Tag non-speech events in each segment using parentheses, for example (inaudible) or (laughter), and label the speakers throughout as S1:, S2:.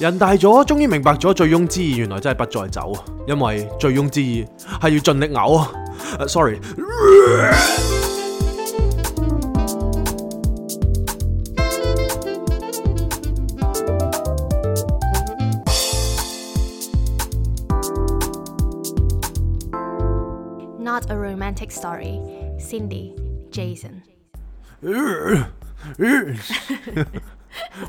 S1: 人大咗，終於明白咗醉翁之意原來真係不在酒啊，因為醉翁之意係要盡力嘔啊。誒 sorry，
S2: Not a romantic story. Cindy, Jason。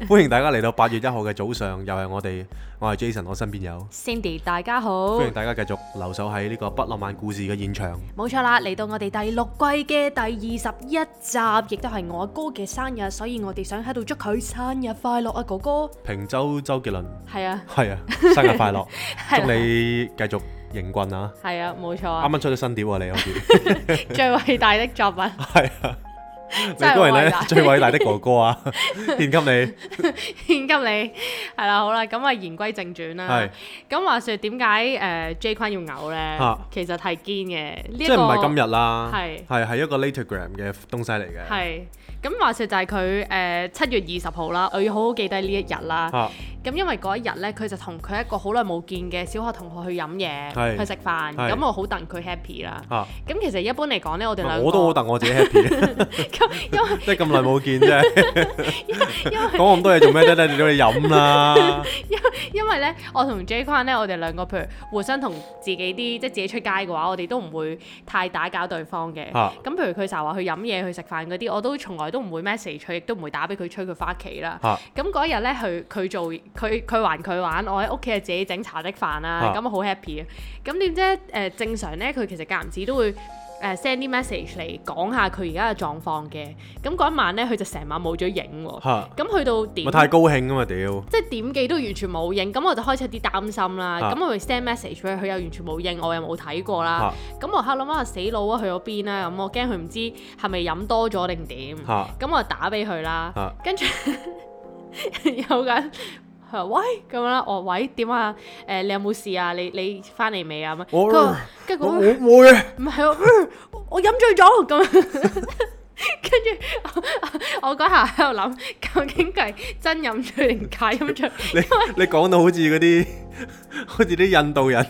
S1: 歡迎大家嚟到八月一號嘅早上，又係我哋，我係 Jason，我身邊有。
S2: Cindy，大家好
S1: 歡。迎大家繼續留守喺呢個不浪漫故事嘅現場。
S2: 冇錯啦，嚟到我哋第六季嘅第二十一集，亦都係我阿哥嘅生日，所以我哋想喺度祝佢生日快樂啊，哥哥。
S1: 平洲周杰倫
S2: 係啊，
S1: 係啊，生日快樂！
S2: (laughs) 係啊
S1: 祝你繼續迎棍啊！
S2: 係啊，冇錯啊
S1: 啱，啱出咗新碟啊，你好似
S2: (laughs) 最偉大的作品。 (laughs)
S1: 係啊，你
S2: 真係
S1: 都係
S2: 偉
S1: 咧
S2: 大
S1: 最偉大的哥哥啊！獻給你
S2: 獻給你係啦，好啦，咁啊言歸正傳啦
S1: 係。
S2: 咁話説點解誒 J 坤要嘔咧
S1: 啊？
S2: 其實係堅嘅，呢一
S1: 即係唔
S2: 個
S1: 係今日啦，
S2: 係
S1: 係係一個 Latagram 嘅東西嚟嘅。
S2: 係咁話説就係佢誒七月二十號啦，我要好好記低呢一日啦。
S1: 嚇
S2: 咁因為嗰一日咧，佢就同佢一個好耐冇見嘅小學同學去飲嘢，
S1: 係
S2: 去食飯。
S1: 係
S2: 咁我好戥佢 happy 啦。
S1: 嚇，
S2: 咁其實一般嚟講咧，我哋兩個
S1: 我都好戥我自己 happy， (laughs)
S2: 咁 (laughs) 因為
S1: 即係咁耐冇見啫。
S2: 因為
S1: (laughs) 講咁多嘢做咩啫？你都你飲
S2: (laughs)
S1: 啦，
S2: 因為咧，我同 J 坤咧，我哋兩個譬如互相同自己啲即係自己出街嘅話，我哋都唔會太打攪對方嘅。咁、
S1: 啊
S2: 譬如佢成日話去飲嘢、去食飯嗰啲，我都從來都唔會 message 佢，亦都唔會打俾佢催佢翻屋企啦。
S1: 嚇
S2: 咁嗰一日咧，佢佢做佢佢還佢玩，我喺屋企係自己整茶的飯啦，
S1: 啊
S2: 咁我好 happy 啊！咁點知咧？誒、正常咧，佢其實間唔時都會誒 send 啲 message 嚟講下佢而家嘅狀況嘅。咁嗰一晚咧，佢就成晚冇咗影喎。
S1: 嚇，
S2: 咁去到點
S1: 咪？太高興啊嘛！屌，
S2: 即係點記都完全冇應，咁我就開始有啲擔心啦。
S1: 啊
S2: 咁、我咪 send message 俾佢，佢又完全冇應，我又冇睇過啦
S1: 嚇。
S2: 咁、我喺度諗啊，死佬啊，去咗邊啦？咁我驚佢唔知係咪飲多咗定點。咁、
S1: 嚇
S2: 我就打俾佢啦。
S1: 嚇
S2: 跟住 (laughs) 有緊。佢話喂咁樣啦，我話喂點啊？誒、你有冇事啊？你你翻嚟未啊？咁
S1: 我
S2: 佢話跟住
S1: 我
S2: 佢話
S1: 我會啊
S2: 唔係我，呃我 (laughs) 飲醉咗咁。 (laughs) 跟住我我嗰下喺度諗，究竟佢係真飲醉定假飲醉？
S1: (laughs) 你你講到好似嗰啲，好似啲 (laughs) 印度人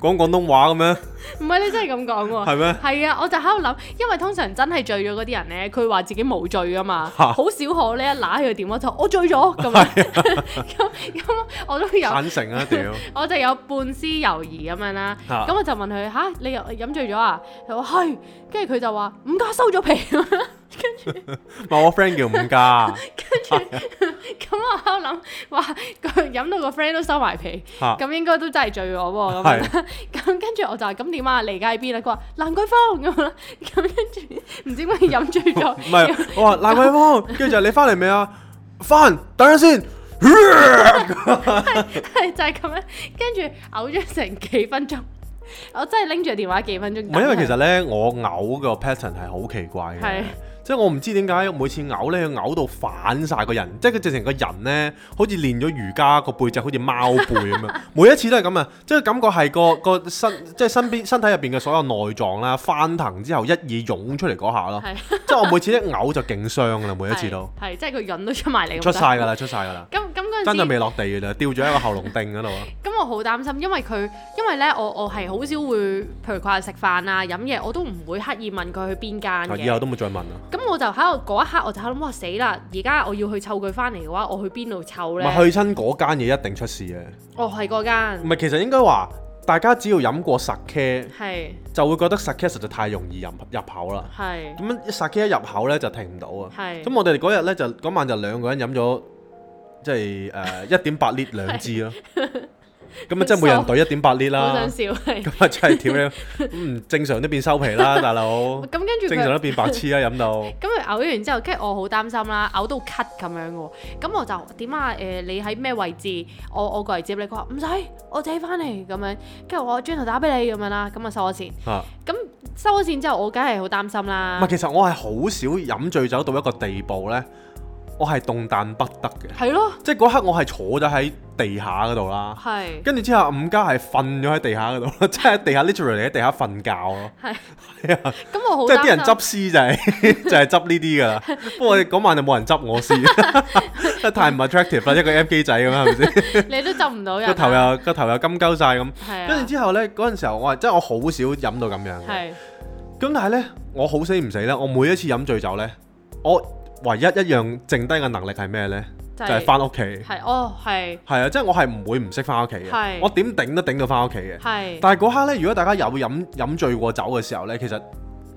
S1: 講廣東話咁樣，
S2: 唔係你真係咁講喎。
S1: 係咩？
S2: 係啊，我就喺度諗，因為通常真係醉咗嗰啲人咧，佢話自己冇醉噶嘛，
S1: 嚇
S2: 好少可咧一揦佢電話就
S1: (laughs)
S2: 我醉咗咁樣，咁咁我都
S1: (laughs)
S2: 有，
S1: 坦誠啊，屌！
S2: 我就有半絲猶疑咁樣啦。
S1: 嚇
S2: 咁我就問佢吓，你又飲醉咗啊？佢話係，跟住佢就話唔該收咗
S1: (laughs)
S2: 皮咁樣
S1: 咪我 friend 叫五
S2: (laughs)
S1: 家，
S2: 咁我喺度諗，哇！佢飲到個 friend 都收埋皮，
S1: 嚇
S2: 咁應該都真係醉我喎咁樣
S1: 係
S2: 啦。咁跟住我就話：咁點啊？你而家喺邊啊？佢話蘭桂坊咁樣啦。 (laughs) 咁跟住唔知點解飲醉
S1: (laughs)
S2: 咗，
S1: 唔係我話蘭桂坊，跟住就你翻嚟未啊？翻，等陣先。
S2: 係就係咁樣。跟住嘔咗成幾分鐘，我真係拎住電話幾分鐘。啊
S1: 唔係因為其實咧，我嘔個 pattern 係好奇怪
S2: 係
S1: 嘅，即係我唔知點解每次嘔咧，嘔到反晒個人，即係佢直情個人咧，好似練咗瑜伽個背脊好似貓背咁樣， (laughs) 每一次都係咁啊！即係感覺係個個身，即係身邊身體入邊嘅所有內臟啦，翻騰之後一意湧出嚟嗰下咯，
S2: 係
S1: 即係我每次一嘔就勁傷噶啦，每一次都
S2: 係，係即係佢潤都出埋嚟咁
S1: 出
S2: 滯。
S1: 晒㗎啦，出晒㗎啦，
S2: 咁咁嗰陣時
S1: 真係未落地㗎啦，吊咗喺個喉嚨定嗰度啊！
S2: 咁我好擔心，因為佢因為咧，我我係好少會，譬如佢話食飯啊、飲嘢，我都唔會刻意問佢去邊間
S1: 啊以後
S2: 嘅。
S1: 都冇再問啦，
S2: 咁我就喺度嗰一刻，我就喺度諗，哇死啦！而家我要去湊佢翻嚟嘅話，我去邊度湊
S1: 咪
S2: 咧？
S1: 去親嗰間嘢一定出事嘅。
S2: 哦，係嗰間，
S1: 唔係，其實應該話大家只要飲過 sake，
S2: 係
S1: 就會覺得 sake 實在太容易入入口啦。
S2: 係
S1: 咁樣 sake 一入口呢，就停唔到啊。
S2: 係。
S1: 咁我哋嗰日呢，就嗰晚就兩個人飲咗即係呃誒一點八 lit 兩支咯。咁啊，即係每人兌一點八 lit
S2: 好
S1: 啦
S2: 想。笑係。
S1: 咁啊，真係屌你！嗯，正常都變收皮啦，大佬
S2: 咁。跟住
S1: 正常
S2: 佢，
S1: 都變白痴啦，飲到。
S2: 咁佢嘔完之後，跟住我好擔心啦，嘔到咳咁樣嘅喎。咁我就點啊？誒、你喺咩位置？我我過嚟接你。佢話唔使，我自己翻嚟咁樣。跟住我轉頭打俾你咁樣啦。咁啊收咗線。
S1: 嚇！
S2: 咁收咗線之後，我梗係好擔心
S1: 唔
S2: 啦
S1: 係，。其實我係好少飲醉酒到一個地步呢。我係動彈不得嘅，(laughs)
S2: 係咯，
S1: 即係嗰刻我係坐咗喺地下嗰度啦，
S2: 係
S1: 跟住之後伍家係瞓咗喺地下嗰度， (laughs) 即係喺地下 literally 喺地下瞓覺咯。
S2: 係。
S1: 係啊，
S2: 咁我好
S1: 即係啲人
S2: 擔
S1: 執
S2: 心
S1: 屍就係 (laughs) 就係執呢啲㗎啦。不過嗰晚就冇人執我屍， (laughs) 太唔 attractive 啦，一個 M 機仔咁樣係咪
S2: (laughs)
S1: 先？
S2: (laughs) 你都執唔到人
S1: 個
S2: 啊。
S1: 頭又個頭又金鳩晒咁。
S2: 係啊
S1: 跟住之後呢，嗰陣時候我係真係我好少飲到咁樣嘅。
S2: 係
S1: 咁但係呢，我好死唔死呢，我每一次飲醉酒呢，我唯一一樣剩低嘅能力係咩呢？
S2: 就
S1: 就
S2: 係
S1: 係翻屋企。
S2: 係哦係
S1: 係啊，即係我係唔會唔識翻屋企嘅
S2: 係，
S1: 我點頂都頂到翻屋企嘅。
S2: 係
S1: 但係嗰刻呢，如果大家有飲飲醉過酒嘅時候呢，其實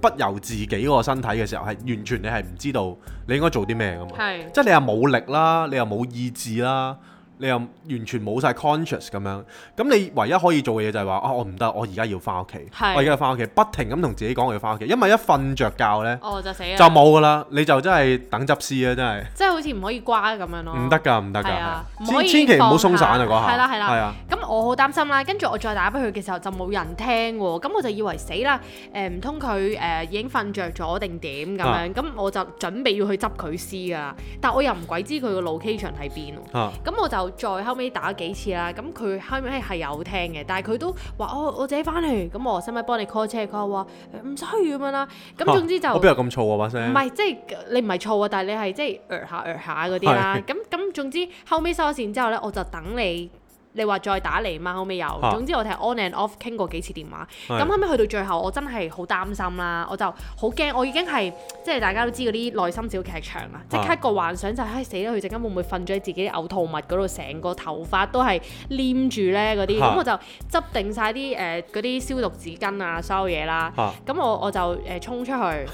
S1: 不由自己嗰個身體嘅時候，係完全你係唔知道你應該做啲咩噶嘛。
S2: 係
S1: 即係你又冇力啦，你又冇意志啦，你又完全冇晒 conscious 咁樣。咁你唯一可以做嘅嘢就係話啊，我唔得，我而家要翻屋企，
S2: 係
S1: 我而家要翻屋企，不停咁同自己講我要翻屋企，因為一瞓着覺呢，
S2: 哦就死
S1: 就
S2: 啦，
S1: 冇噶啦，你就真係等執屍啊，真係。
S2: 即係好似唔可以瓜咁樣咯。
S1: 唔得㗎，唔得㗎，
S2: 係啊
S1: 係
S2: 唔可
S1: 千
S2: 以
S1: 千祈唔好鬆
S2: 放
S1: 散啊！
S2: 下
S1: 嗰下
S2: 係啦係啦
S1: 係啊，
S2: 咁我好擔心啦，跟住我再打俾佢嘅時候就冇人聽喎，咁我就以為死啦，誒唔通佢誒已經瞓着咗定點咁
S1: 啊
S2: 樣，咁、我就準備要去執佢屍啊，但我又唔鬼知佢個 location 喺邊喎。
S1: 嚇
S2: 咁我就再後尾打幾次啦，咁佢後尾係有聽嘅，但係佢都話哦，我自己翻嚟，咁我話使唔使幫你 call 車？佢話誒唔需要咁樣啦。咁
S1: 嚇
S2: 總之就
S1: 我邊有咁燥啊把
S2: 唔
S1: 聲？
S2: 係即係你唔係燥啊，但係你係即係呃下呃下嗰啲啦。咁咁總之後尾收咗線之後咧，我就等你。你話再打嚟嘛？後尾有，
S1: 嚇
S2: 總之我哋係 on and off 傾過幾次電話。
S1: 係
S2: 咁後尾去到最後，我真係好擔心啦，我就好驚，我已經係即係大家都知嗰啲內心小劇場啦，即
S1: 嚇
S2: 刻個幻想就係、唉死啦！佢陣間會唔會瞓咗喺自己嘔吐物嗰度，成個頭髮都係黏住咧嗰啲，
S1: 嚇
S2: 咁我就執定晒啲誒嗰啲消毒紙巾啊，所有嘢啦。
S1: 嚇
S2: 咁我我就誒衝
S1: (laughs)
S2: 出去，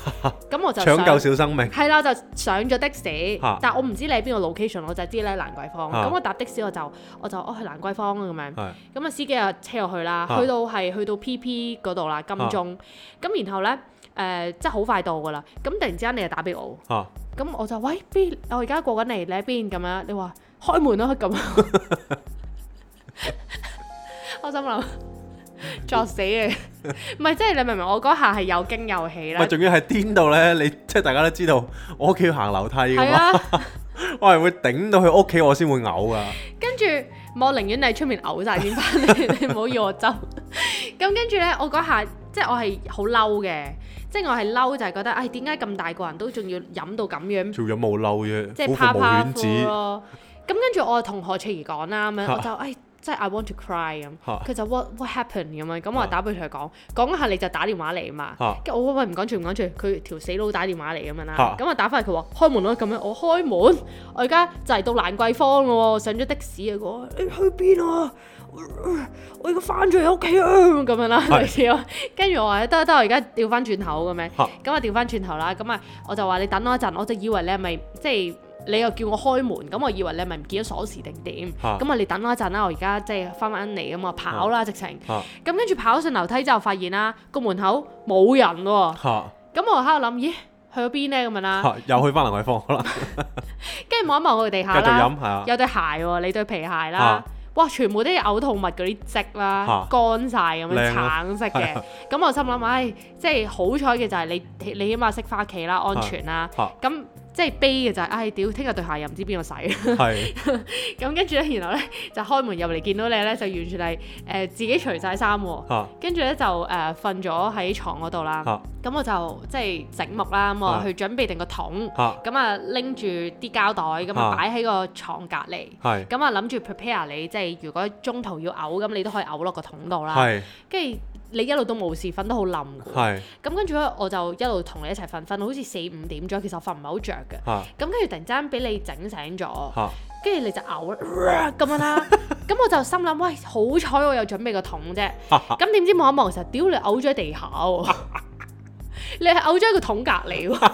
S2: 咁我就
S1: 搶救
S2: 上
S1: 小生命
S2: 係啦，我就上咗的士
S1: 嚇，
S2: 但我唔知你喺邊個 location，我就知咧蘭桂坊。
S1: 嚇
S2: 咁我搭的士我就我就哦去蘭桂坊啊咁樣，
S1: 係
S2: 咁啊司機又車我去啦，
S1: 嚇
S2: 去到係去到 PP 嗰度啦，金鐘。咁然後咧誒即係好快到噶啦，咁突然之間你就打俾我，
S1: 嚇
S2: 咁我就喂邊我而家過緊嚟，你喺邊咁樣？你話開門啦咁樣， (laughs) 我心諗 (laughs) 作死 (laughs) 嘅，唔係即係你明唔明？我嗰下係又驚又喜啦
S1: 咪。仲要係癲到咧！你 (laughs) 即係大家都知道，我屋企要行樓梯
S2: 係
S1: 㗎嘛，
S2: 啊，
S1: 我係會頂到去屋企我先會嘔啊㗎。
S2: 跟住我寧願你喺出面嘔晒先翻 (laughs) 嚟，你唔好要我執。咁跟住呢，我嗰下即係我係好嬲嘅，即係我係嬲就係覺得，唉、點解咁大個人都仲要飲到咁樣，
S1: 條友冇嬲啫，
S2: 即
S1: 苦苦
S2: 係怕
S1: 無
S2: 怕
S1: 丸子
S2: 褲咯。咁跟住我同何翠怡講啦，咁樣我就唉。即係 I want to cry 咁，
S1: 嚇
S2: 佢就 what what happened 咁樣，咁我就打俾佢講，講嗰下你就打電話嚟啊嘛
S1: 嚇，
S2: 跟住我話喂唔講住唔講住，佢條死佬打電話嚟咁樣啦，
S1: 嚇
S2: 咁我打翻嚟佢話開門咯咁樣，我哦開門，我而家就嚟到蘭桂坊咯喎，上咗的士啊，佢話你去邊啊？我而家翻咗嚟屋企啊，咁樣啦，
S1: 係
S2: 類似咯。跟住我話得得，我而家調翻轉頭咁樣，
S1: 嚇
S2: 咁啊調翻轉頭啦，咁啊我就話你等我一陣，我就以為你係咪即係你又叫我開門，咁我以為你係咪唔見咗鎖匙定點？
S1: 嚇
S2: 咁啊你等我一陣啦，我而家即係翻返嚟啊嘛，跑啦直情。
S1: 嚇
S2: 咁跟住跑上樓梯之後，發現啦個門口冇人喎，
S1: 嚇
S2: 咁我喺度諗，咦去咗邊呢？咁樣啦，
S1: 嚇，又去翻蘭桂坊啦，
S2: 跟住望一望佢地
S1: 繼續
S2: 下啦，
S1: 飲係啊，
S2: 有對鞋喎，你對皮鞋啦
S1: 啊。
S2: 哇！全部都係嘔吐物嗰啲跡啦
S1: 啊，
S2: 乾晒咁樣
S1: 靚啊
S2: 橙色
S1: 係
S2: 嘅
S1: 啊。
S2: 咁我心諗，唉，即係好彩嘅就係你，你起碼識翻屋企啦，安全啦。
S1: 嚇
S2: 咁即係悲嘅就係，唉，屌，聽日對鞋又唔知邊個洗。 (laughs)
S1: 係
S2: 咁跟住咧，然後咧就開門入嚟見到你咧，就完全係誒自己除晒衫喎。 (laughs)
S1: 嚇
S2: 跟住咧就誒瞓咗喺床嗰度啦。
S1: 嚇
S2: 咁我就即係醒目啦，咁
S1: 啊
S2: 我去準備定個桶，
S1: 嚇
S2: 咁啊拎住啲膠袋，咁
S1: 啊
S2: 啊擺喺個床隔離。
S1: 係
S2: 咁啊諗住 prepare 你，即係如果中途要嘔，咁你都可以嘔落個桶度啦。
S1: 係
S2: 跟住你一路都冇事，瞓得好冧㗎。
S1: 係
S2: 咁跟住咧，我就一路同你一齊瞓，瞓到好似四五點咗，其實我瞓唔係好着嘅。
S1: 嚇
S2: 咁跟住突然之間俾你整醒咗，
S1: 嚇
S2: 跟住你就嘔啦咁
S1: (laughs)
S2: 樣啦。咁我就心諗，喂，好彩我有準備個桶啫。
S1: 啊
S2: 咁點知望一望其實，屌你嘔咗喺地下喎！
S1: (laughs)
S2: 你係嘔咗喺個桶隔離喎。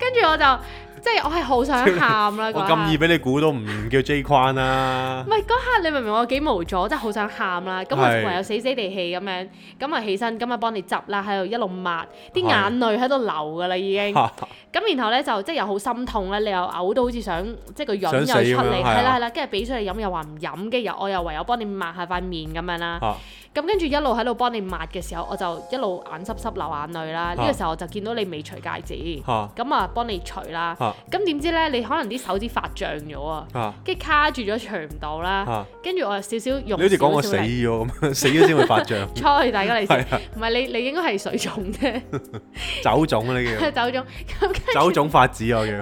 S2: 跟住我就即係我係好想喊啦！
S1: (laughs) 我
S2: 嗰
S1: 咁易
S2: 刻
S1: 俾你估到唔叫啊 J 框啦
S2: 唔，係嗰刻，你明唔明我幾無助，真係好想喊啦！咁
S1: 係
S2: 我唯有死死地氣咁樣，咁啊起身，咁啊幫你執啦，喺度一路抹，啲
S1: 係
S2: 眼淚喺度流噶啦已經。
S1: 嚇
S2: 咁然後咧就即係又好心痛咧，你又嘔到好似想即係個
S1: 想
S2: 潤
S1: 死
S2: 又出
S1: 咁樣
S2: 嚟，
S1: 係啊
S2: 係啦係啦，跟住俾水你飲又話唔飲，跟住又我又唯有幫你抹下塊面咁樣啦。
S1: 嚇
S2: 咁跟住一路喺度幫你抹嘅時候，我就一路眼濕濕流眼淚啦。呢、個時候我就見到你未除戒指，
S1: 嚇
S2: 咁啊幫你除啦。
S1: 嚇
S2: 咁點知呢？你可能啲手指發脹咗啊，
S1: 嚇
S2: 跟住卡住咗除唔到啦。
S1: 嚇，
S2: 跟住我有少少啊用
S1: 啊你好似講
S2: 少
S1: 我
S2: 少
S1: 死
S2: 力
S1: 咗咁樣， (laughs) 死咗先會發脹，
S2: 吹大 (laughs) 家你先
S1: 係啊，
S2: 唔係你你應該係水腫啫，
S1: 走種啊
S2: (laughs)
S1: 呢
S2: 走腫。咁
S1: 叫，走種法子啊
S2: (laughs)
S1: 我叫。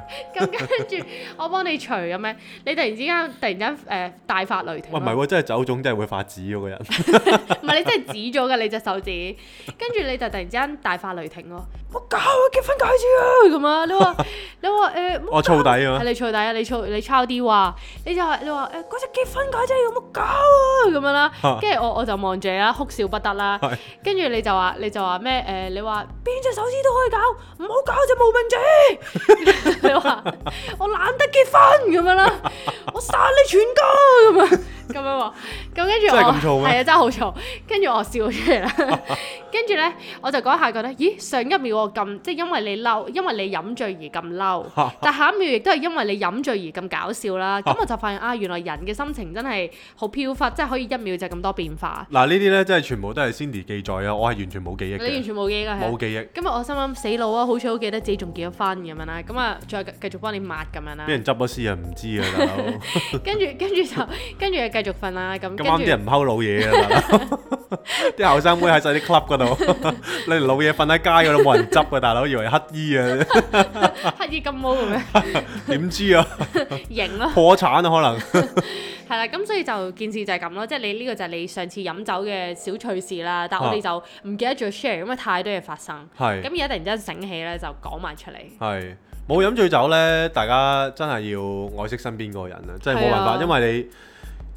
S2: 咁跟住我幫你除咁樣，你突然之間突然間誒、呃大發雷霆
S1: 喂，
S2: 咯。
S1: 唔係喎，真係走種真係會發紫嗰個
S2: (laughs)
S1: 人。
S2: 唔係你真係指咗㗎，你隻手指，跟住你就突然之間大發雷霆咯！我搞啊結婚戒指啊咁啊！你話 (laughs) 你話誒，冇
S1: 我燥底啊
S2: 係
S1: 嘛，
S2: 你燥底啊，你燥你抄啲話，你就話你話誒嗰隻結婚戒指有冇搞啊咁樣啦
S1: 啊，
S2: 跟住我我就望住你啦，哭笑不得啦
S1: 係，
S2: 跟住你就話你就話咩誒？你話邊隻手指都可以搞，唔好搞隻無名 (laughs) 指。你話我懶得結婚咁樣啦，我殺你全家咁樣咁樣喎，咁跟住
S1: 真係
S2: 我
S1: 咁燥咩
S2: 係啊，真係好燥，跟住我笑咗出
S1: (laughs)
S2: 嚟啦，跟住咧我就嗰一下覺得，咦上一秒我咁即係因為你嬲，因為你飲醉而咁嬲。但下一秒亦都係因為你飲醉而咁搞笑啦，咁我就發現啊，原來人嘅心情真係好飄忽，即係可以一秒就咁多變化。
S1: 嗱呢啲咧真係全部都係 Cindy 記載啊，我係完全冇記憶
S2: 你完
S1: 嘅，
S2: 全冇嘢㗎，
S1: 冇
S2: 係。啊
S1: 記憶，
S2: 今日我心諗死佬啊，好似好記得自己仲結咗婚咁樣啦，咁啊再繼續幫你抹咁樣啦
S1: 俾，人執咗屍啊，唔知啊大佬，
S2: 跟住跟住就 (laughs) 跟住就繼續瞓啦，咁跟
S1: 咁啱啲
S2: 住
S1: 人唔溝老嘢啊，大佬， (laughs) 啲後生妹喺晒啲 club 嗰度， (laughs) 你連老嘢瞓喺街嗰度冇人執啊，大佬以為乞衣
S2: (laughs)
S1: 啊，
S2: 乞衣金毛咁樣 (laughs)
S1: 點知啊
S2: 型咯，
S1: 破產啊可能。
S2: 係啦，咁所以就件事就係咁咯，即係你呢個就係你上次飲酒嘅小趣事啦，但我
S1: 啊
S2: 哋就唔記得咗 share，因為太多嘢發生，
S1: 係
S2: 咁而家突然之間醒起咧就講埋出嚟，
S1: 係冇飲醉酒呢，大家真係要愛惜身邊嗰個人啦，真係冇辦
S2: 係啊
S1: 法，因為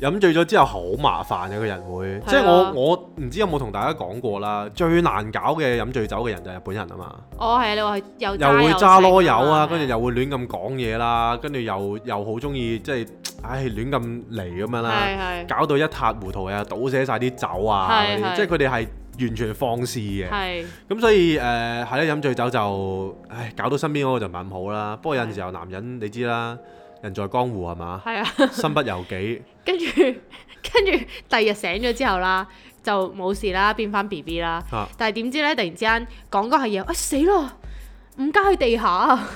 S1: 你飲醉咗之後好麻煩嘅個人會，
S2: 啊
S1: 即係我我唔知有冇同大家講過啦，最難搞嘅飲醉酒嘅人就係日本人啊嘛，
S2: 哦係啊，你話佢又
S1: 又會揸
S2: 又
S1: 啰
S2: 剩
S1: 柚啊，
S2: 係
S1: 跟住又會亂咁講嘢啦，跟住又又好中意即係唉亂咁嚟咁樣啦，
S2: 係
S1: 搞到一塌糊塗啊，倒瀉晒啲酒啊，
S2: 係
S1: 嗰啲
S2: 係
S1: 即係佢哋係完全放肆嘅
S2: 係。係
S1: 咁所以誒係咧，飲醉酒就唉，搞到身邊嗰個就唔係咁好啦。不過有陣時候男人你知啦，人在江湖係
S2: (laughs)
S1: 嘛，
S2: 係啊，
S1: 身不由己。
S2: 跟住 (laughs) 跟住第二日醒咗之後啦，就冇事啦，變翻 B B 啦。
S1: 啊
S2: 但係點知咧，突然之間講嗰下嘢，啊死啦！唔加去地下啊，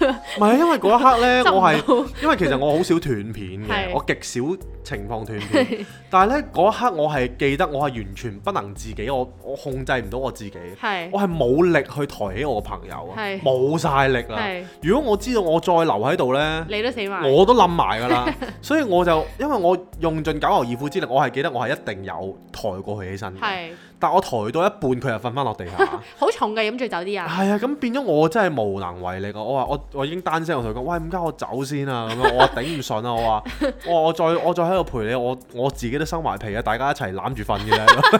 S1: 唔係因為嗰一刻咧，
S2: (laughs) 執唔
S1: 我係
S2: 到
S1: 因為其實我好少斷片
S2: 係
S1: 嘅，我極少情況斷片。但係咧嗰一刻我係記得，我係完全不能自己，我我控制唔到我自己，
S2: 係
S1: 我係冇力去抬起我朋友啊
S2: 係，
S1: 冇晒力啦。
S2: 係
S1: 如果我知道我再留喺度咧。
S2: 你都死埋，
S1: 我都冧埋㗎啦，所以我就因為我用盡九牛二虎之力，我係記得我係一定有抬過佢起身嘅，
S2: 係
S1: 但我抬到一半佢就瞓翻落地下，
S2: 好重嘅飲醉酒啲人，
S1: 係啊，咁變咗我真係無能為力啊！我話我我已經單聲我同佢講，喂，唔該我走先啊，咁樣我話頂唔順啊，我話我話我再我再喺度陪你，我我自己都生埋皮啊，大家一齊攬住瞓嘅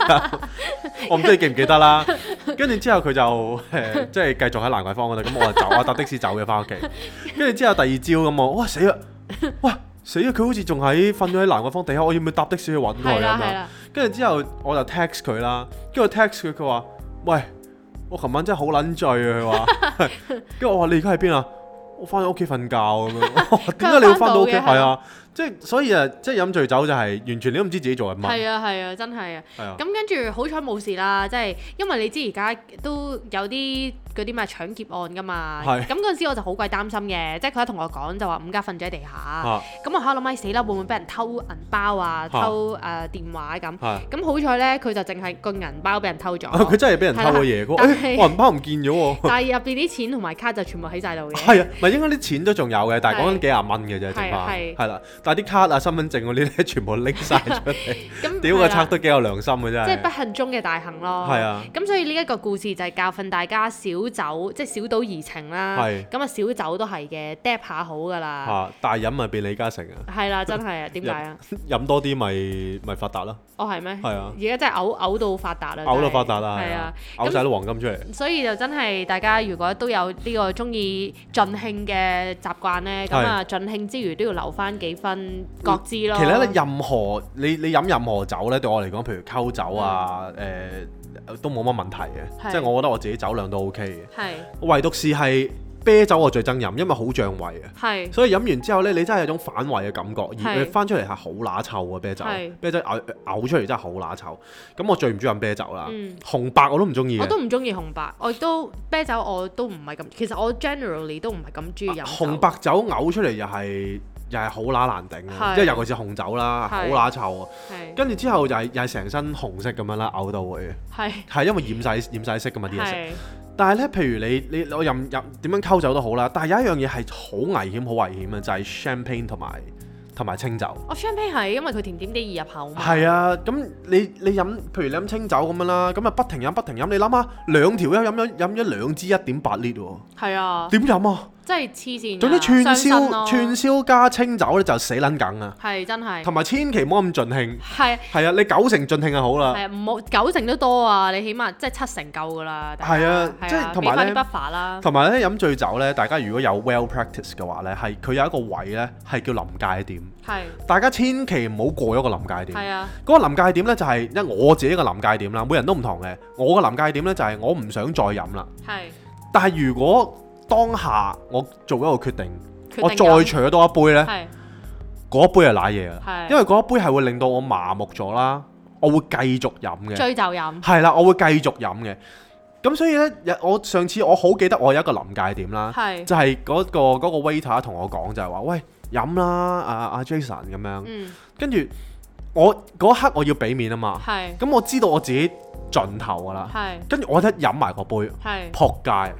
S1: 啦， (laughs) 我唔知你記唔記得啦。跟住之後佢就誒、即係繼續喺蘭桂坊嗰度，咁我就走，我搭的士走嘅翻屋企。跟住之後第二朝咁我，哇死啦，哇死啦！佢好似仲喺瞓咗喺蘭桂坊地下，我要唔要搭的士去揾佢啊
S2: 係啦
S1: 咁
S2: 係
S1: 樣？
S2: 啦，
S1: 跟住之後我就 text 佢啦，跟住我 text 佢，佢話：喂，我琴晚真係好撚醉啊！佢話，
S2: (laughs)
S1: 跟住我話你而家喺邊啊？我翻咗屋企瞓覺咁樣。
S2: (laughs)
S1: 我話點解你要翻到屋企？
S2: 佢返到嘅
S1: 係啊，即係所以啊，即係飲醉酒就係完全你都唔知自己做緊乜。
S2: 係啊係啊，真係啊！
S1: 係啊，
S2: 咁跟住好彩冇事啦，即係因為你知而家都有啲嗰啲咩搶劫案噶嘛，
S1: 係
S2: 咁嗰陣時我就好鬼擔心嘅，即係佢一同我講就話五家瞓咗喺地下。
S1: 啊
S2: 咁我喺度諗，唉死啦，會唔會俾人偷銀包啊、偷誒、呃、電話咁？
S1: 係啊。
S2: 咁好彩咧，佢就淨係個銀包俾人偷咗，
S1: 啊 (laughs) 佢真係俾人偷咗嘢，佢話
S2: 但係
S1: 誒我銀包唔見咗喎。
S2: 但係入邊啲錢同埋卡就全部喺晒度嘅。
S1: (laughs) 係啊，咪應該啲錢都仲有嘅，但係講緊幾廿蚊嘅啫，剩
S2: 係
S1: 翻
S2: 係
S1: 係啦。但係啲卡啊、身份證嗰啲咧，全部拎晒出
S2: (laughs)
S1: 嚟。
S2: 咁
S1: 屌個
S2: 係啦啊
S1: 賊都幾有良心嘅真
S2: 即係不
S1: 係。
S2: 幸中嘅大幸咯。
S1: 係啊
S2: 咁所以呢一個故事就係教訓大家少酒，即係少賭怡情啦。
S1: 係
S2: 咁啊，少酒都係嘅，dap 下好噶啦。
S1: 嚇！大飲咪變李嘉
S2: (laughs)
S1: 誠啊！
S2: 係
S1: (laughs)
S2: 啦，真係啊，點解啊？
S1: 飲多啲咪咪發達啦，
S2: 哦，係咩？
S1: 係啊
S2: 而家真係嘔嘔到發達啦！
S1: 嘔到
S2: 真係
S1: 發達啦，
S2: 係
S1: 係
S2: 啊
S1: 啊，，
S2: 咁啊
S1: 嘔晒啲黃金出嚟，
S2: 所以就真係大家如果都有呢個中意盡興嘅習慣呢，咁啊盡興之餘都要留翻幾分覺知咯。
S1: 其實咧，任何你你飲任何酒咧，對我嚟講，譬如溝酒啊，誒、都冇乜問題嘅，
S2: 嗯係
S1: 即係我覺得我自己酒量都 OK 嘅。
S2: 係
S1: 唯獨是係啤酒我最憎飲，因為好脹胃啊。
S2: 係
S1: 所以飲完之後呢，你真係有種反胃嘅感覺，而
S2: 係
S1: 佢翻出嚟係好乸臭啊嘅啤酒
S2: 係，
S1: 啤酒嘔嘔出嚟真係好乸臭。咁我最唔中意飲啤酒啦，
S2: 嗯
S1: 紅白我都唔中意
S2: 我
S1: 啊嘅。
S2: 都唔中意紅白，我亦都啤酒我都唔係咁，其實我 generally 都唔係咁中意飲酒
S1: 啊紅白酒嘔出嚟又係又係好乸難頂啊，
S2: 係
S1: 即係尤其是紅酒啦，好
S2: 係
S1: 乸臭啊。
S2: 係
S1: 跟住之後又係又係成身紅色咁樣啦，嘔到會
S2: 係
S1: 係因為染晒染晒色噶啊嘛啲嘢食。
S2: 係
S1: 但係呢，譬如你你我任任點樣溝酒都好啦，但係有一樣嘢係好危險好危險啊嘅，就係、champagne 同埋同埋清酒。
S2: 我 champagne 係因為佢甜甜啲易入口嘛，
S1: 係啊，咁你你飲，譬如你飲清酒咁樣啦，咁啊不停飲不停飲，你諗下兩條友飲咗飲咗兩支一點八 lit 喎，
S2: 係啊，
S1: 點飲啊？
S2: 真係黐線㗎。
S1: 總之串
S2: 傷身
S1: 燒、
S2: 咯
S1: 串燒加清酒咧就死撚梗啊，
S2: 係真係
S1: 同埋千祈唔好咁盡興。
S2: 係
S1: 係啊，你九成盡興就好啦。
S2: 係啊，唔好九成都多啊，你起碼即係七成夠㗎啦。大家
S1: 係啊
S2: 係
S1: 即係同
S2: 俾
S1: 埋
S2: 翻啲
S1: 呢
S2: buffer 啦，
S1: 同埋咧飲醉酒咧，大家如果有 well practice 嘅話咧，係佢有一個位咧係叫臨界點，
S2: 係
S1: 大家千祈唔好過咗個臨界點。
S2: 係啊，
S1: 嗰個臨界點咧就係、因為我自己個臨界點啦，每人都唔同嘅。我個臨界點咧就係、我唔想再飲啦。
S2: 係
S1: 但係如果當下我做一個決定，
S2: 決定
S1: 我
S2: 飲
S1: 再除多一杯呢，
S2: 係
S1: 嗰一杯係賴嘢啦，
S2: 係
S1: 因為嗰一杯係會令到我麻木咗啦，我會繼續飲嘅，
S2: 追就飲
S1: 係啦，我會繼續飲嘅。咁所以呢，有我上次我好記得我有一個臨界點啦，
S2: 係
S1: 啊就係嗰、個嗰、個 waiter 同我講就係話，喂飲啦，阿、啊、阿、Jason 咁樣，
S2: 嗯
S1: 跟住我嗰刻我要俾面啊嘛，
S2: 係
S1: 咁我知道我自己盡頭噶啦，
S2: 係
S1: 跟住我一飲埋個杯，
S2: 係
S1: 撲街啊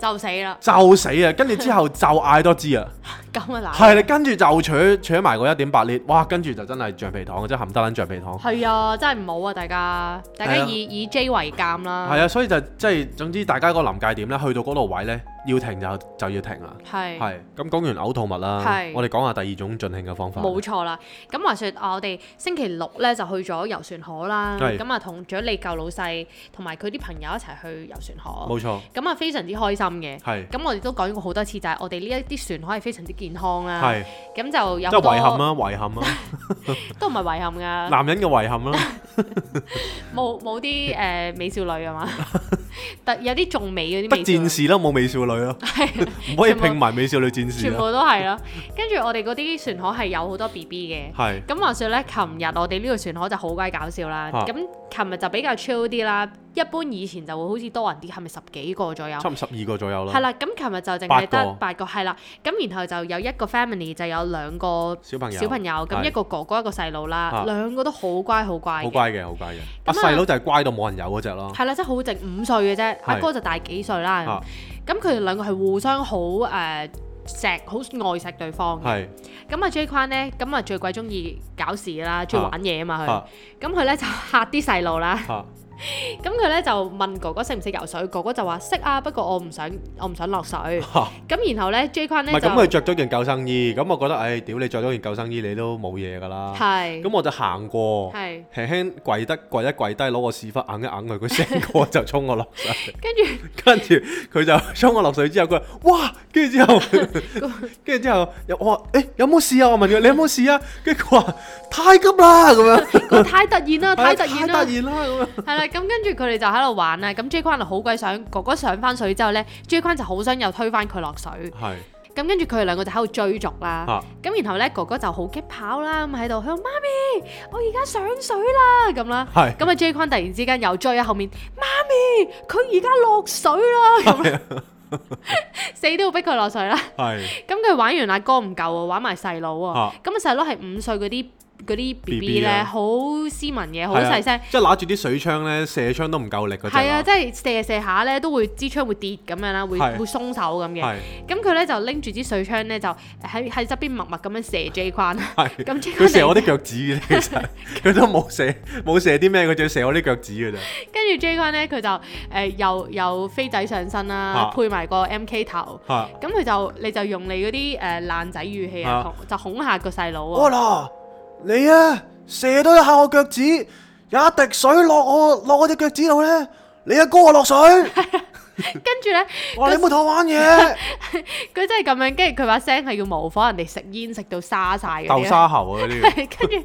S2: 就死啦，
S1: 就死啊！跟住之
S2: (laughs)
S1: 後就嗌多支啊！
S2: 咁啊嗱
S1: 係你跟住就扯扯埋嗰一點八列，哇！跟住就真係橡皮糖，真係冚得撚橡皮糖。
S2: 係啊，真係唔好啊，大家大家
S1: 係啊
S2: 以以 J 為鑑啦，
S1: 係啊，所以就即係總之，大家個臨界點咧，去到嗰度位咧，要停就就要停啦。
S2: 係。
S1: 係咁講完嘔吐物啦
S2: 係，
S1: 我哋講下第二種盡興嘅方法。
S2: 冇錯啦，咁話説啊，我哋星期六咧就去咗遊船河啦，
S1: 係
S2: 咁啊同咗你舊老細同埋佢啲朋友一齊去遊船河，
S1: 冇錯，
S2: 咁啊非常之開心嘅。
S1: 係
S2: 咁我哋都講過好多次，就係我哋呢一啲船河係非常之健康啦。
S1: 係
S2: 咁就有
S1: 即係
S2: 好啊多
S1: 遺憾啊啦，遺憾啦，
S2: (laughs) 都唔係遺憾㗎，
S1: 男人嘅遺憾啦，
S2: 冇冇啲誒美少女啊嘛， (laughs) 但有啲仲美嗰啲
S1: 得
S2: 美少女
S1: 戰士啦，冇美少女啦，唔可以拼埋美少女戰士啊
S2: 全部
S1: 啦。
S2: 都係啦。跟住我哋嗰啲船河係有好多 B B 嘅。
S1: 係
S2: 咁話説咧，琴日我哋呢個船河就好鬼搞笑啦。
S1: 啊
S2: 咁琴日就比較 chill 啲啦，一般以前就會好似多人啲，係咪十幾個左右？
S1: 差唔多十二個左右
S2: 係
S1: 啦，
S2: 啦，咁琴日就淨
S1: 八個
S2: 係得八個，係啦。咁然後就有一個 family 就有兩個
S1: 小朋友，
S2: 小朋友，咁
S1: 係
S2: 一個哥哥一個細佬
S1: 啊
S2: 啦，兩個都好乖好乖
S1: 好
S2: 嘅。
S1: 乖嘅，好乖嘅。阿
S2: 咁啊
S1: 細佬就係乖到冇人有嗰只
S2: (laughs)
S1: 咯。
S2: 係啦，即係好淨五歲嘅啫，阿哥就大幾歲啦
S1: 啊。
S2: 咁佢哋兩個係互相好誒錫，好愛錫對方嘅。
S1: 係
S2: 咁啊 J 框咧，咁啊最鬼中意搞事啦，中意玩嘢啊嘛佢
S1: 嚇。
S2: 咁佢咧就嚇啲細路啦。
S1: 嚇
S2: 咁佢咧就問哥哥識唔識游水，哥哥就話識啊，不過我唔想我唔想落水。
S1: 嚇。 (laughs)
S2: 咁然後咧 J 框
S1: 唔
S2: 咧
S1: 係
S2: 就
S1: 咁，佢着咗件救生衣，咁我覺得，唉，屌你着咗件救生衣，你都冇嘢㗎啦。
S2: 係
S1: 咁我就行過，
S2: 係，
S1: 輕輕跪得跪一跪低，攞個屎忽硬一硬佢，佢成個就衝我落水。
S2: 跟住
S1: 跟住佢就衝我落水之後，佢話：哇！跟住之
S2: (laughs)
S1: 後，跟住之後，又我話：誒、有冇事啊？我問佢：你有冇事啊？跟住佢話：太急啦！咁樣，
S2: 佢太突然啦， (laughs) 太突然啊啦
S1: 太突。然啦！咁樣，
S2: 係啦，咁跟住佢哋就喺度玩啦。咁 J 框就好鬼想哥哥上翻水之後咧，J 框就好想又推翻佢落水。
S1: 係
S2: 咁跟住佢哋兩個就喺度追逐啦。
S1: 啊
S2: 咁、然後咧哥哥就好激跑啦，咁喺度佢話：媽咪，我而家上水啦咁啦。
S1: 係
S2: 咁啊 J 框突然之間又追喺後面，媽咪，佢而家落水啦 (laughs) 咁樣。死都要逼佢落水啦！
S1: 係
S2: 咁佢玩完阿哥唔夠喎，玩埋細佬喎
S1: 啊。
S2: 咁啊細佬係五歲嗰啲嗰啲 B B
S1: BB 啊
S2: 咧，好斯文嘅，好
S1: 係啊
S2: 細聲。
S1: 即係揦住啲水槍咧，射槍都唔夠力嗰只。
S2: 係啊，即係射射下咧，都會支槍會跌咁樣啦，會
S1: 係
S2: 會鬆手咁嘅。
S1: 係
S2: 咁佢咧就拎住支水槍咧，就喺喺側邊默默咁樣射 J 框。
S1: 係。
S2: 咁 J
S1: 佢射
S2: 框
S1: 我
S2: 突
S1: 啲腳趾嘅啫，其實佢都冇射冇射啲咩，佢就射我啲腳趾嘅啫。
S2: 然 (laughs) 跟住 J 框咧，佢就誒、呃又又飛仔上身啦，
S1: 啊
S2: 配埋個 MK 頭。
S1: 嚇！
S2: 咁佢就你就用你嗰啲誒爛仔語氣啊
S1: 啊，
S2: 同就恐嚇個細佬
S1: 我
S2: 喎。
S1: 嗱，你啊射多一下我腳趾，有一滴水落我落我只腳趾度咧，你阿哥啊落水，
S2: 跟住咧，
S1: 我話你冇同我玩
S2: (laughs)
S1: 嘢，
S2: 佢真係咁樣，跟住佢把聲係要模仿人哋食煙食到沙晒嗰啲
S1: 豆
S2: 咧。
S1: 沙喉啊呢啲，
S2: (laughs) 跟住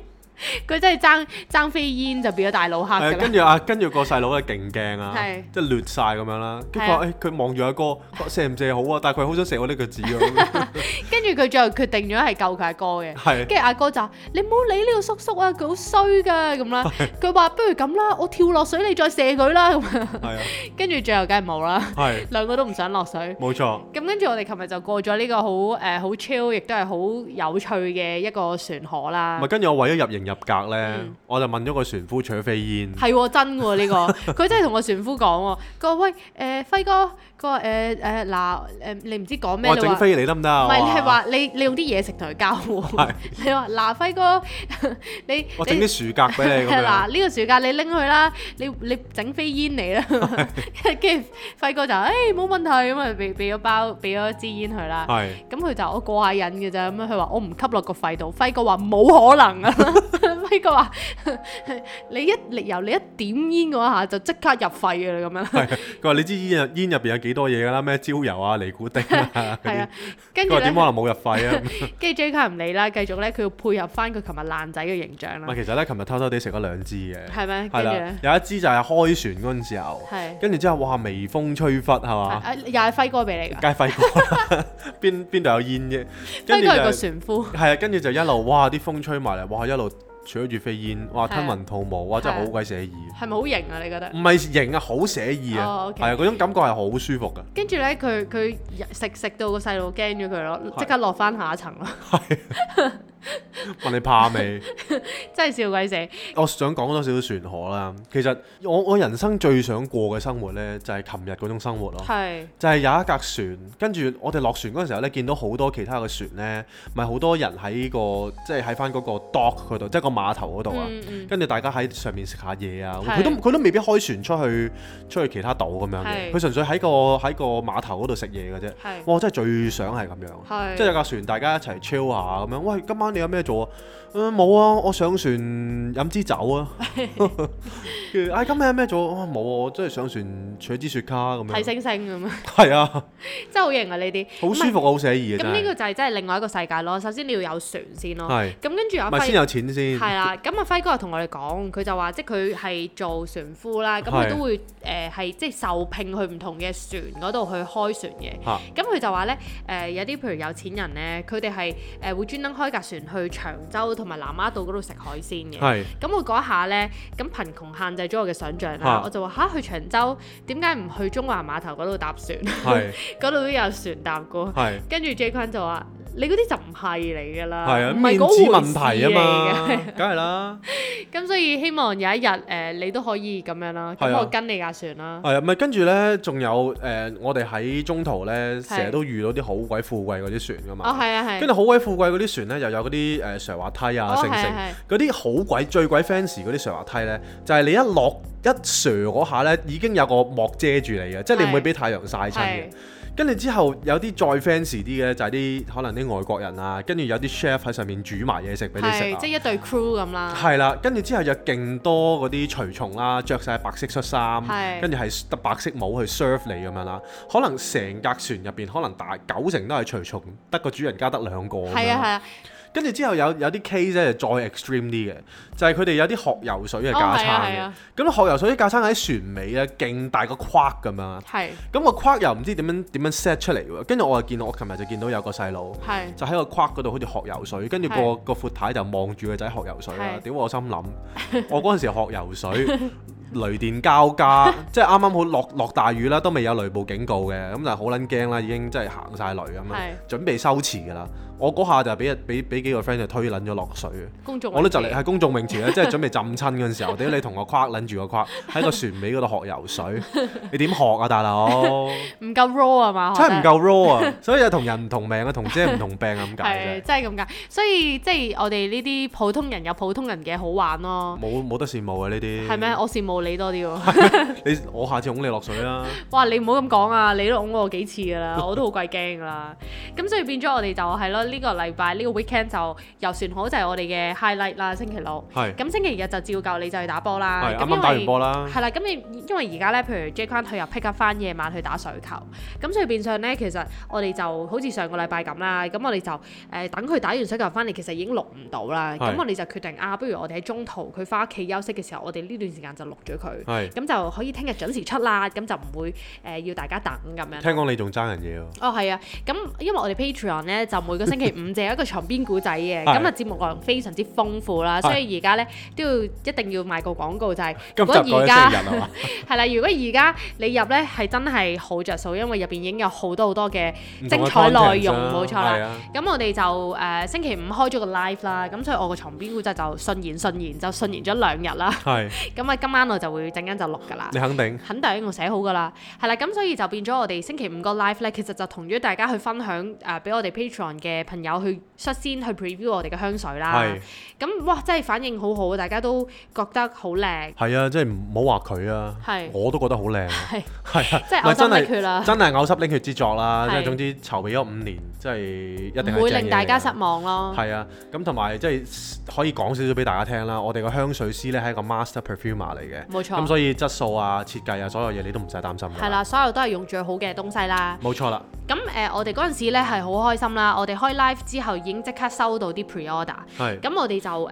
S2: 佢真係爭爭飛煙就變咗大佬黑
S1: 係
S2: 㗎啦
S1: 跟。住啊，跟住個細佬咧勁驚啊
S2: 係，
S1: 即係亂晒咁樣啦。跟住
S2: 係
S1: 佢誒佢望住阿哥，佢射唔射好啊？但係佢好想射我 (laughs)
S2: (laughs)
S1: 呢腳趾啊！
S2: 跟住佢最後決定咗係救佢阿哥嘅。
S1: 係
S2: 跟住阿哥就話你唔好理呢個叔叔啊，佢好衰噶咁啦。佢話不如咁啦，我跳落水你再射佢啦咁 (laughs) 啊。
S1: 係啊，
S2: 跟住最後梗係冇啦，
S1: 係
S2: 兩個都唔想落水。
S1: 冇錯。
S2: 咁跟住我哋琴日就過咗呢個好誒好 chill，亦都係好有趣嘅一個船河啦
S1: 咪。跟住我為咗入型入格咧，我就問咗個船夫搶飛煙。
S2: 係喎，真喎呢、個，佢真係同個船夫講喎，佢話喂誒、輝哥，佢話誒誒嗱誒你唔知講咩
S1: 我
S2: 你
S1: 整
S2: 話。
S1: 飛你得唔得啊？
S2: 唔係
S1: 我
S2: 你係話你你用啲嘢食同佢交換
S1: 係，
S2: 你話嗱輝哥， (laughs) 你
S1: 我整
S2: 你
S1: 啲薯格俾
S2: (laughs)
S1: 你咁
S2: 嗱
S1: 樣。
S2: 呢個暑假你拎去啦，你你整飛煙嚟啦， (laughs) 跟住輝哥就誒冇問題咁啊，俾俾咗包俾咗支煙佢啦。
S1: 係
S2: 咁佢就我過下癮嘅咋，咁樣佢話我唔吸落個肺度，輝哥話冇可
S1: (laughs)
S2: 能啊，輝哥話 (laughs) 你一你由你一點煙嗰一下就即刻入肺嘅啦咁樣啦，
S1: 係，佢話你知煙入煙入邊有幾多嘢㗎啦？咩焦油啊、尼古丁啊嗰
S2: (laughs) 係
S1: 啲
S2: 啊。，跟
S1: 佢
S2: 住
S1: 話
S2: 咧
S1: 點可，能冇入肺
S2: (laughs)
S1: 啊？
S2: 跟住 J 卡唔理啦，繼續咧佢要配合翻佢琴日爛仔嘅形象
S1: 唔
S2: 啦
S1: 係，，其實咧，琴日偷偷地食咗兩支嘅。
S2: 係咩
S1: 係
S2: 跟住
S1: 啦
S2: 呢，
S1: 有一支就係開船嗰陣時候，
S2: 係
S1: 跟住之後，哇，微風吹拂係嘛，
S2: 啊又係輝哥俾你㗎，
S1: 街費過啦， (laughs) 邊邊度有煙啫？跟
S2: (laughs) 輝
S1: 住
S2: 哥係個
S1: 就
S2: 船夫。
S1: 係啊，跟住就一路哇，啲風吹埋嚟，哇，一路扯住飛煙，哇，
S2: 係啊
S1: 吞雲吐霧，哇，真係
S2: 係啊
S1: 好鬼寫意。
S2: 係咪好型啊？你覺得？
S1: 唔係型啊，好寫意啊
S2: 哦，，OK
S1: 係啊，嗰種感覺係好舒服噶。
S2: 跟住咧，佢佢食食到個細路驚咗佢咯，
S1: 係
S2: 即刻落翻下一層咯， (laughs)
S1: 問你怕未？
S2: 真係笑鬼死！
S1: 我想講多少少船河啦。其實我我人生最想過嘅生活呢，就係琴日嗰種生活咯。
S2: 係
S1: 就係有一架船，跟住我哋落船嗰陣時候咧，見到好多其他嘅船咧，咪好多人喺個即係喺翻嗰個 dock 嗰度，即係個碼頭嗰度啊。
S2: 嗯嗯
S1: 跟住大家喺上面食下嘢啊，
S2: 係
S1: 佢都佢都未必開船出去出去其他島咁樣嘅，
S2: 係
S1: 佢純粹喺個喺個碼頭嗰度食嘢嘅啫。
S2: 係
S1: 哇！真係最想係咁樣。
S2: 係
S1: 即係有架船，大家一齊 chill 下咁樣。喂，今晚你有咩做啊？嗯，冇啊，我上船飲支酒啊。
S2: (laughs)
S1: 跟住，唉，今晚有咩做啊？冇啊，我真係上船取支雪茄咁
S2: 睇
S1: 樣。
S2: 星星咁啊， (laughs)
S1: 係啊，
S2: 真係好型啊！呢啲
S1: 好舒服啊，好寫意
S2: 咁
S1: 啊！真
S2: 呢個
S1: 係。
S2: 就係真係另外一個世界咯。首先你要有船先咯，
S1: 啊係
S2: 咁跟住阿
S1: 咪先
S2: 輝
S1: 有錢先？
S2: 係啊啦，咁阿輝哥又同我哋講，佢就話即係佢係做船夫啦，咁
S1: 係
S2: 佢都會誒係即係受聘去唔同嘅船嗰度去開船嘅。
S1: 嚇
S2: 咁佢就話咧，誒、有啲譬如有錢人咧，佢哋係誒會專登開架船去長洲同埋南丫島嗰度食海鮮嘅。
S1: 係
S2: 咁我嗰一下咧，咁貧窮限制咗我嘅想像啦
S1: 啊，
S2: 我就話吓，去長洲點解唔去中環碼頭嗰度搭船？ (laughs)
S1: 係
S2: 嗰度都有船搭過。
S1: 係
S2: 跟住 J 君就話：你嗰啲就唔係嚟㗎啦，
S1: 係啊！
S2: 唔係
S1: 面
S2: 嗰
S1: 子
S2: 回
S1: 問
S2: 事
S1: 題啊
S2: 嚟嘅。
S1: 嘛，梗係啦。
S2: 咁所以希望有一日誒、你都可以咁樣啦。
S1: 係
S2: 咁
S1: 啊
S2: 我跟你架船啦。
S1: 係啊，咪跟住咧，仲有誒，我哋喺中途咧，
S2: 係
S1: 成日都遇到啲好鬼富貴嗰啲船噶
S2: 哦，
S1: 嘛。
S2: 係啊，
S1: 跟
S2: 係。
S1: 住好鬼富貴嗰啲船咧，又有嗰啲誒上滑梯啊，
S2: 哦
S1: 成
S2: 係
S1: 成
S2: 係
S1: 嗰啲好鬼最鬼 fans 嗰啲上滑梯咧，就係你一落一上嗰下咧，已經有個幕遮住你嘅，即係你唔會
S2: 係
S1: 俾太陽曬親嘅
S2: 係。
S1: 跟住之後有啲再 fans 啲嘅就係啲可能啲外國人啊，跟住有啲 chef 喺上面煮埋嘢食俾你食
S2: 係，
S1: 啊
S2: 即係。一對 crew 咁啦。
S1: 係啦，跟住之後有勁多嗰啲隨從啦，着晒白色恤衫，
S2: 係
S1: 跟住係得白色帽去 serve 你咁樣啦。可能成架船入邊，可能大九成都係隨從，得個主人家得兩個咁樣
S2: 係啊，係
S1: 啦。
S2: 啊。
S1: 跟住之後有有啲 case 咧就再 extreme 啲嘅，就係佢哋有啲學游水嘅架撐
S2: 哦係啊係
S1: 嘅
S2: 啊。
S1: 咁、學游水啲架撐喺船尾咧，勁大個框咁樣啦。
S2: 係
S1: 咁、個框又唔知點樣點樣 set 出嚟喎。跟住我就見到，我琴日就見到有個細佬。
S2: 係
S1: 就喺個框嗰度好似學游水，跟住個
S2: 係
S1: 個闊太就望住個仔學游水啦。
S2: 係
S1: 屌我心
S2: (laughs)
S1: 諗，我嗰陣時學游水，雷電交
S2: (laughs)
S1: 加，即係啱啱好落落大雨啦，都未有雷暴警告嘅，咁就好撚驚啦，已經真係行晒雷咁
S2: 係
S1: 樣，準備收池㗎啦。我嗰下就俾人俾俾幾個 friend 就推撚咗落水嘅。
S2: 公眾。
S1: 我都就嚟喺公眾泳池
S2: (laughs)
S1: 咧，即係準備浸親嗰陣時候，屌你同我框撚住個框喺個船尾嗰度學游
S2: (laughs)
S1: 水，你點學啊大佬？
S2: 唔夠 raw 啊嘛，
S1: 真係唔
S2: 夠。
S1: 夠 raw 啊！所以就同人唔同命啊，同姐唔同病咁解啫
S2: 係。真係咁解，所以即係我哋呢啲普通人有普通人嘅好玩咯，
S1: 冇冇得羨慕啊呢啲。
S2: 係咩？？我羨慕你多
S1: (laughs)
S2: 啲喎。
S1: 你我下次拱你落水
S2: (laughs)
S1: 啦。 (laughs)
S2: 哇！你唔好咁講啊，你都㧬我幾次㗎啦，我都好鬼驚㗎啦。咁所以變咗我哋就係咯，呢個禮拜呢個 weekend 就遊船河就係我哋嘅 highlight 啦，星期六。
S1: 係
S2: 咁星期日就照舊你就去打波啦。
S1: 係
S2: 咁
S1: 啱
S2: 因
S1: 啱
S2: 為
S1: 打完波啦，
S2: 係啦，咁你因為而家咧，譬如 J 框佢又 pick up 翻夜晚去打水球，咁所以變相咧，其實我哋就好似上個禮拜咁啦，咁我哋就誒、呃等佢打完水球翻嚟，其實已經錄唔到啦，咁
S1: 係
S2: 我哋就決定啊，不如我哋喺中途佢翻屋企休息嘅時候，我哋呢段時間就錄咗佢，
S1: 係
S2: 咁就可以聽日準時出啦，咁就唔會誒、呃要大家等咁樣。
S1: 聽講你仲爭人嘢喎。
S2: 哦，係啊，咁因為我哋 Patreon 咧就每個星期
S1: (laughs)
S2: 五就有一個床邊故仔嘅，
S1: 係
S2: 咁啊節目內容非常之豐富啦，所以而家咧都要一定要賣個廣告就係、
S1: 今
S2: 如
S1: 集
S2: 果
S1: 講
S2: 而
S1: 咗
S2: 家
S1: 成日係嘛？
S2: 係啦，如果而家你入咧係真係好着數，因為入邊已經有好多好多嘅。
S1: 唔同嘅
S2: (laughs) 精彩內
S1: content
S2: 容
S1: 啦
S2: 冇錯啦
S1: 係啊
S2: 咁我哋就誒、呃星期五開咗個 live 啦，咁所以我呃個床邊故仔就順延順延就順延咗兩日啦，
S1: 係，
S2: 咁啊今晚我就會陣間就錄㗎啦。
S1: 你肯定
S2: 肯定我寫好㗎啦，係啦，咁所以就變咗我哋星期五個 live 咧，其實就同咗大家去分享誒，俾、我哋 Patreon 嘅朋友去率先去 preview 我哋嘅香水啦
S1: 係。
S2: 咁哇，真係反應好好，大家都覺得哦好靚，
S1: 係啊，即係唔好話佢啊
S2: 係，
S1: 我都覺得好靚啊，
S2: (laughs) 係
S1: 係啊，
S2: 即係
S1: 唔係
S2: 嘔心
S1: 真係
S2: 瀝血啦，
S1: 真係嘔心瀝血之作啦，即
S2: 係
S1: 係總之籌備咗五年，即係一定係
S2: 唔會
S1: 正
S2: 令
S1: 嘢
S2: 大家
S1: 嚟㗎
S2: 失望咯。
S1: 係啊，咁同埋即係可以講少少俾大家聽啦。我哋個香水師咧係一個 master perfumer 嚟嘅，咁
S2: 冇錯，
S1: 所以質素啊、設計啊、所有嘢你都唔使擔心㗎。
S2: 係，啦，所有都係用最好嘅東西啦。
S1: 冇錯啦，
S2: 咁誒、呃我哋嗰陣時咧係好開心啦，我哋開 live 之後已經即刻收到啲 pre order。
S1: 係
S2: 咁我哋就誒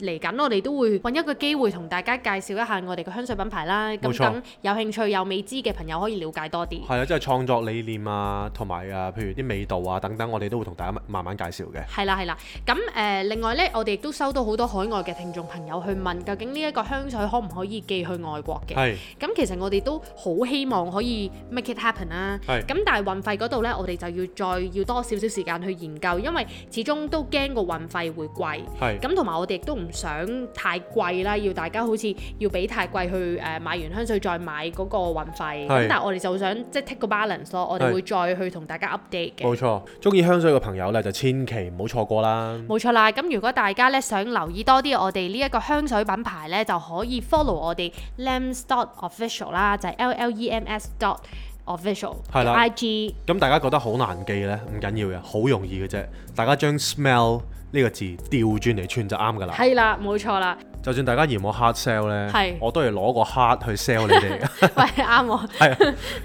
S2: 嚟緊，我哋都會揾一個機會同大家介紹一下我哋嘅香水品牌啦。咁
S1: 冇錯
S2: 等有興趣有未知嘅朋友可以了解多啲。
S1: 係啊，即係創作理念啊，同埋啊，譬如啲味道啊等等，我哋都會同大家慢慢介紹嘅。
S2: 係啦係啦，咁誒、呃另外呢，我哋亦都收到好多海外嘅聽眾朋友去問，究竟呢一個香水可唔可以寄去外國嘅？
S1: 係
S2: 咁其實我哋都好希望可以 make it happen 啦。
S1: 係
S2: 咁但係運費嗰度呢，我哋就要再要多少少時間去研究，因為始終都驚個運費會貴。
S1: 係
S2: 咁同埋我哋亦都唔想太貴啦，要大家好似要俾太貴去誒、呃、買完香水再買嗰個運費。咁
S1: 係
S2: 但係我哋就想即係 take 個 balance 咯，我哋
S1: 係
S2: 會再去同大家 update 嘅。
S1: 冇錯，中意香水嘅朋友咧就千祈唔好錯過啦。
S2: 冇錯啦，咁如果大家咧想留意多啲我哋呢一個香水品牌咧，就可以 follow 我哋 Lems dot official 啦，就係 L L E M S dot official
S1: 係啦
S2: I G
S1: 咁大家覺得好難記呢？唔緊要嘅，好容易嘅啫。大家將 smell 呢個字調轉嚟串就啱㗎啦。
S2: 係啦，冇錯啦，
S1: 就算大家嫌我 hard sell
S2: 係
S1: 呢，我都係攞個 hard 去 sell 你
S2: (laughs)
S1: 哋嘅。
S2: (laughs) 喂啱喎，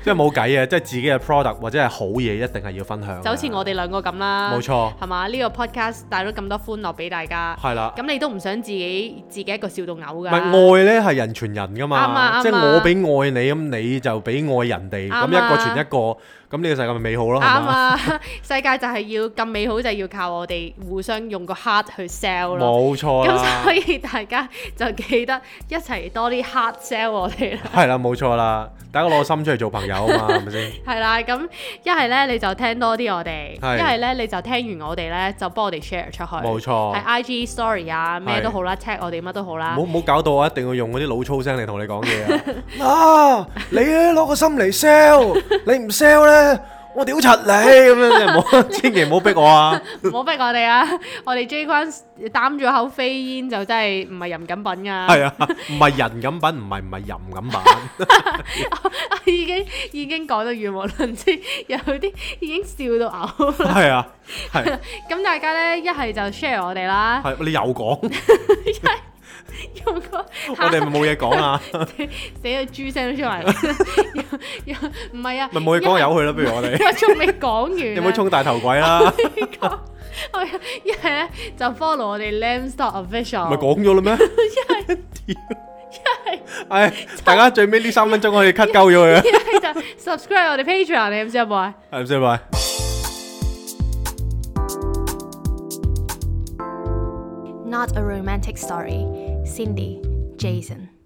S1: 即係啊冇計嘅，即係自己嘅 product 或者係好嘢，一定係要分享嘅。
S2: 就好似我哋啊兩個咁啦，
S1: 冇錯，
S2: 係嘛？呢、個 podcast 帶咗咁多歡樂俾大家。
S1: 係啦。
S2: 咁你都唔想自己自己一個笑到嘔
S1: 唔
S2: 㗎？
S1: 係愛咧係人傳人噶
S2: 啱啊啱
S1: 嘛，
S2: 啊
S1: 即係我俾愛你，咁你就俾愛人哋，
S2: 啱
S1: 咁
S2: 啊
S1: 一個傳一個，咁呢個世界咪美好咯，
S2: 啱
S1: 係嘛？
S2: 啊！ (laughs) 世界就係要咁美好，就要靠我哋互相用個 heart 去 sell 咯。
S1: 冇錯
S2: 咁所
S1: 啦，
S2: 以大家就記得一齊多啲 heart sell 我
S1: (laughs)
S2: 哋啦。
S1: 係啦，冇錯啦，大家攞個心出嚟做朋友啊嘛，
S2: (laughs)
S1: 係咪先？
S2: 係啦，咁一係咧你就聽多啲我哋，一
S1: 係
S2: 係咧你就聽完我哋咧就幫我哋 share 出去。
S1: 冇錯
S2: 係啊 IG story 啊，咩
S1: 係
S2: 都好啦，tag 我哋乜都好
S1: 唔
S2: 啦
S1: 好。唔好搞到我一定要用嗰啲老粗聲嚟同你講
S2: (laughs)
S1: 嘢啊！啊，你咧攞個心嚟 sell，你唔 sell 咧，我屌柒你咁樣，你唔好千祈唔好逼我
S2: (laughs)
S1: 啊！
S2: 唔好逼我哋啊！ (laughs) 我哋 J 君擔咗口飛煙就真係唔係淫緊品㗎。
S1: 係啊，唔係人咁品，唔係唔係淫咁品，
S2: (laughs) 已經已經講到語無倫次， (laughs) 有啲已經笑到嘔。
S1: 係啊，係
S2: 咁大家咧一係就 share 我哋啦，
S1: 係，你又講，
S2: 用個
S1: (laughs) 我哋咪冇嘢講啊
S2: (laughs)
S1: 啦，
S2: 死咗豬聲都出嚟， (laughs) 又又唔係啊，
S1: 咪冇嘢講由佢啦，不如我
S2: 因
S1: 哋，
S2: 為哦仲未講完
S1: (laughs)
S2: 啊，
S1: 有冇衝大頭鬼啊
S2: (laughs)
S1: 啦？
S2: 係啊？一係咧就 follow 我哋 Lam Stock
S1: 咪
S2: Official，
S1: 講
S2: (laughs)
S1: 咗啦咩？ (laughs) 唉，大家最尾呢三分鐘可以 cut 鳩咗佢啊
S2: (laughs) 一！係就 subscribe 我哋 Patreon，你唔知有冇啊？
S1: 係唔使拜。
S3: Not a romantic story. Cindy, Jason.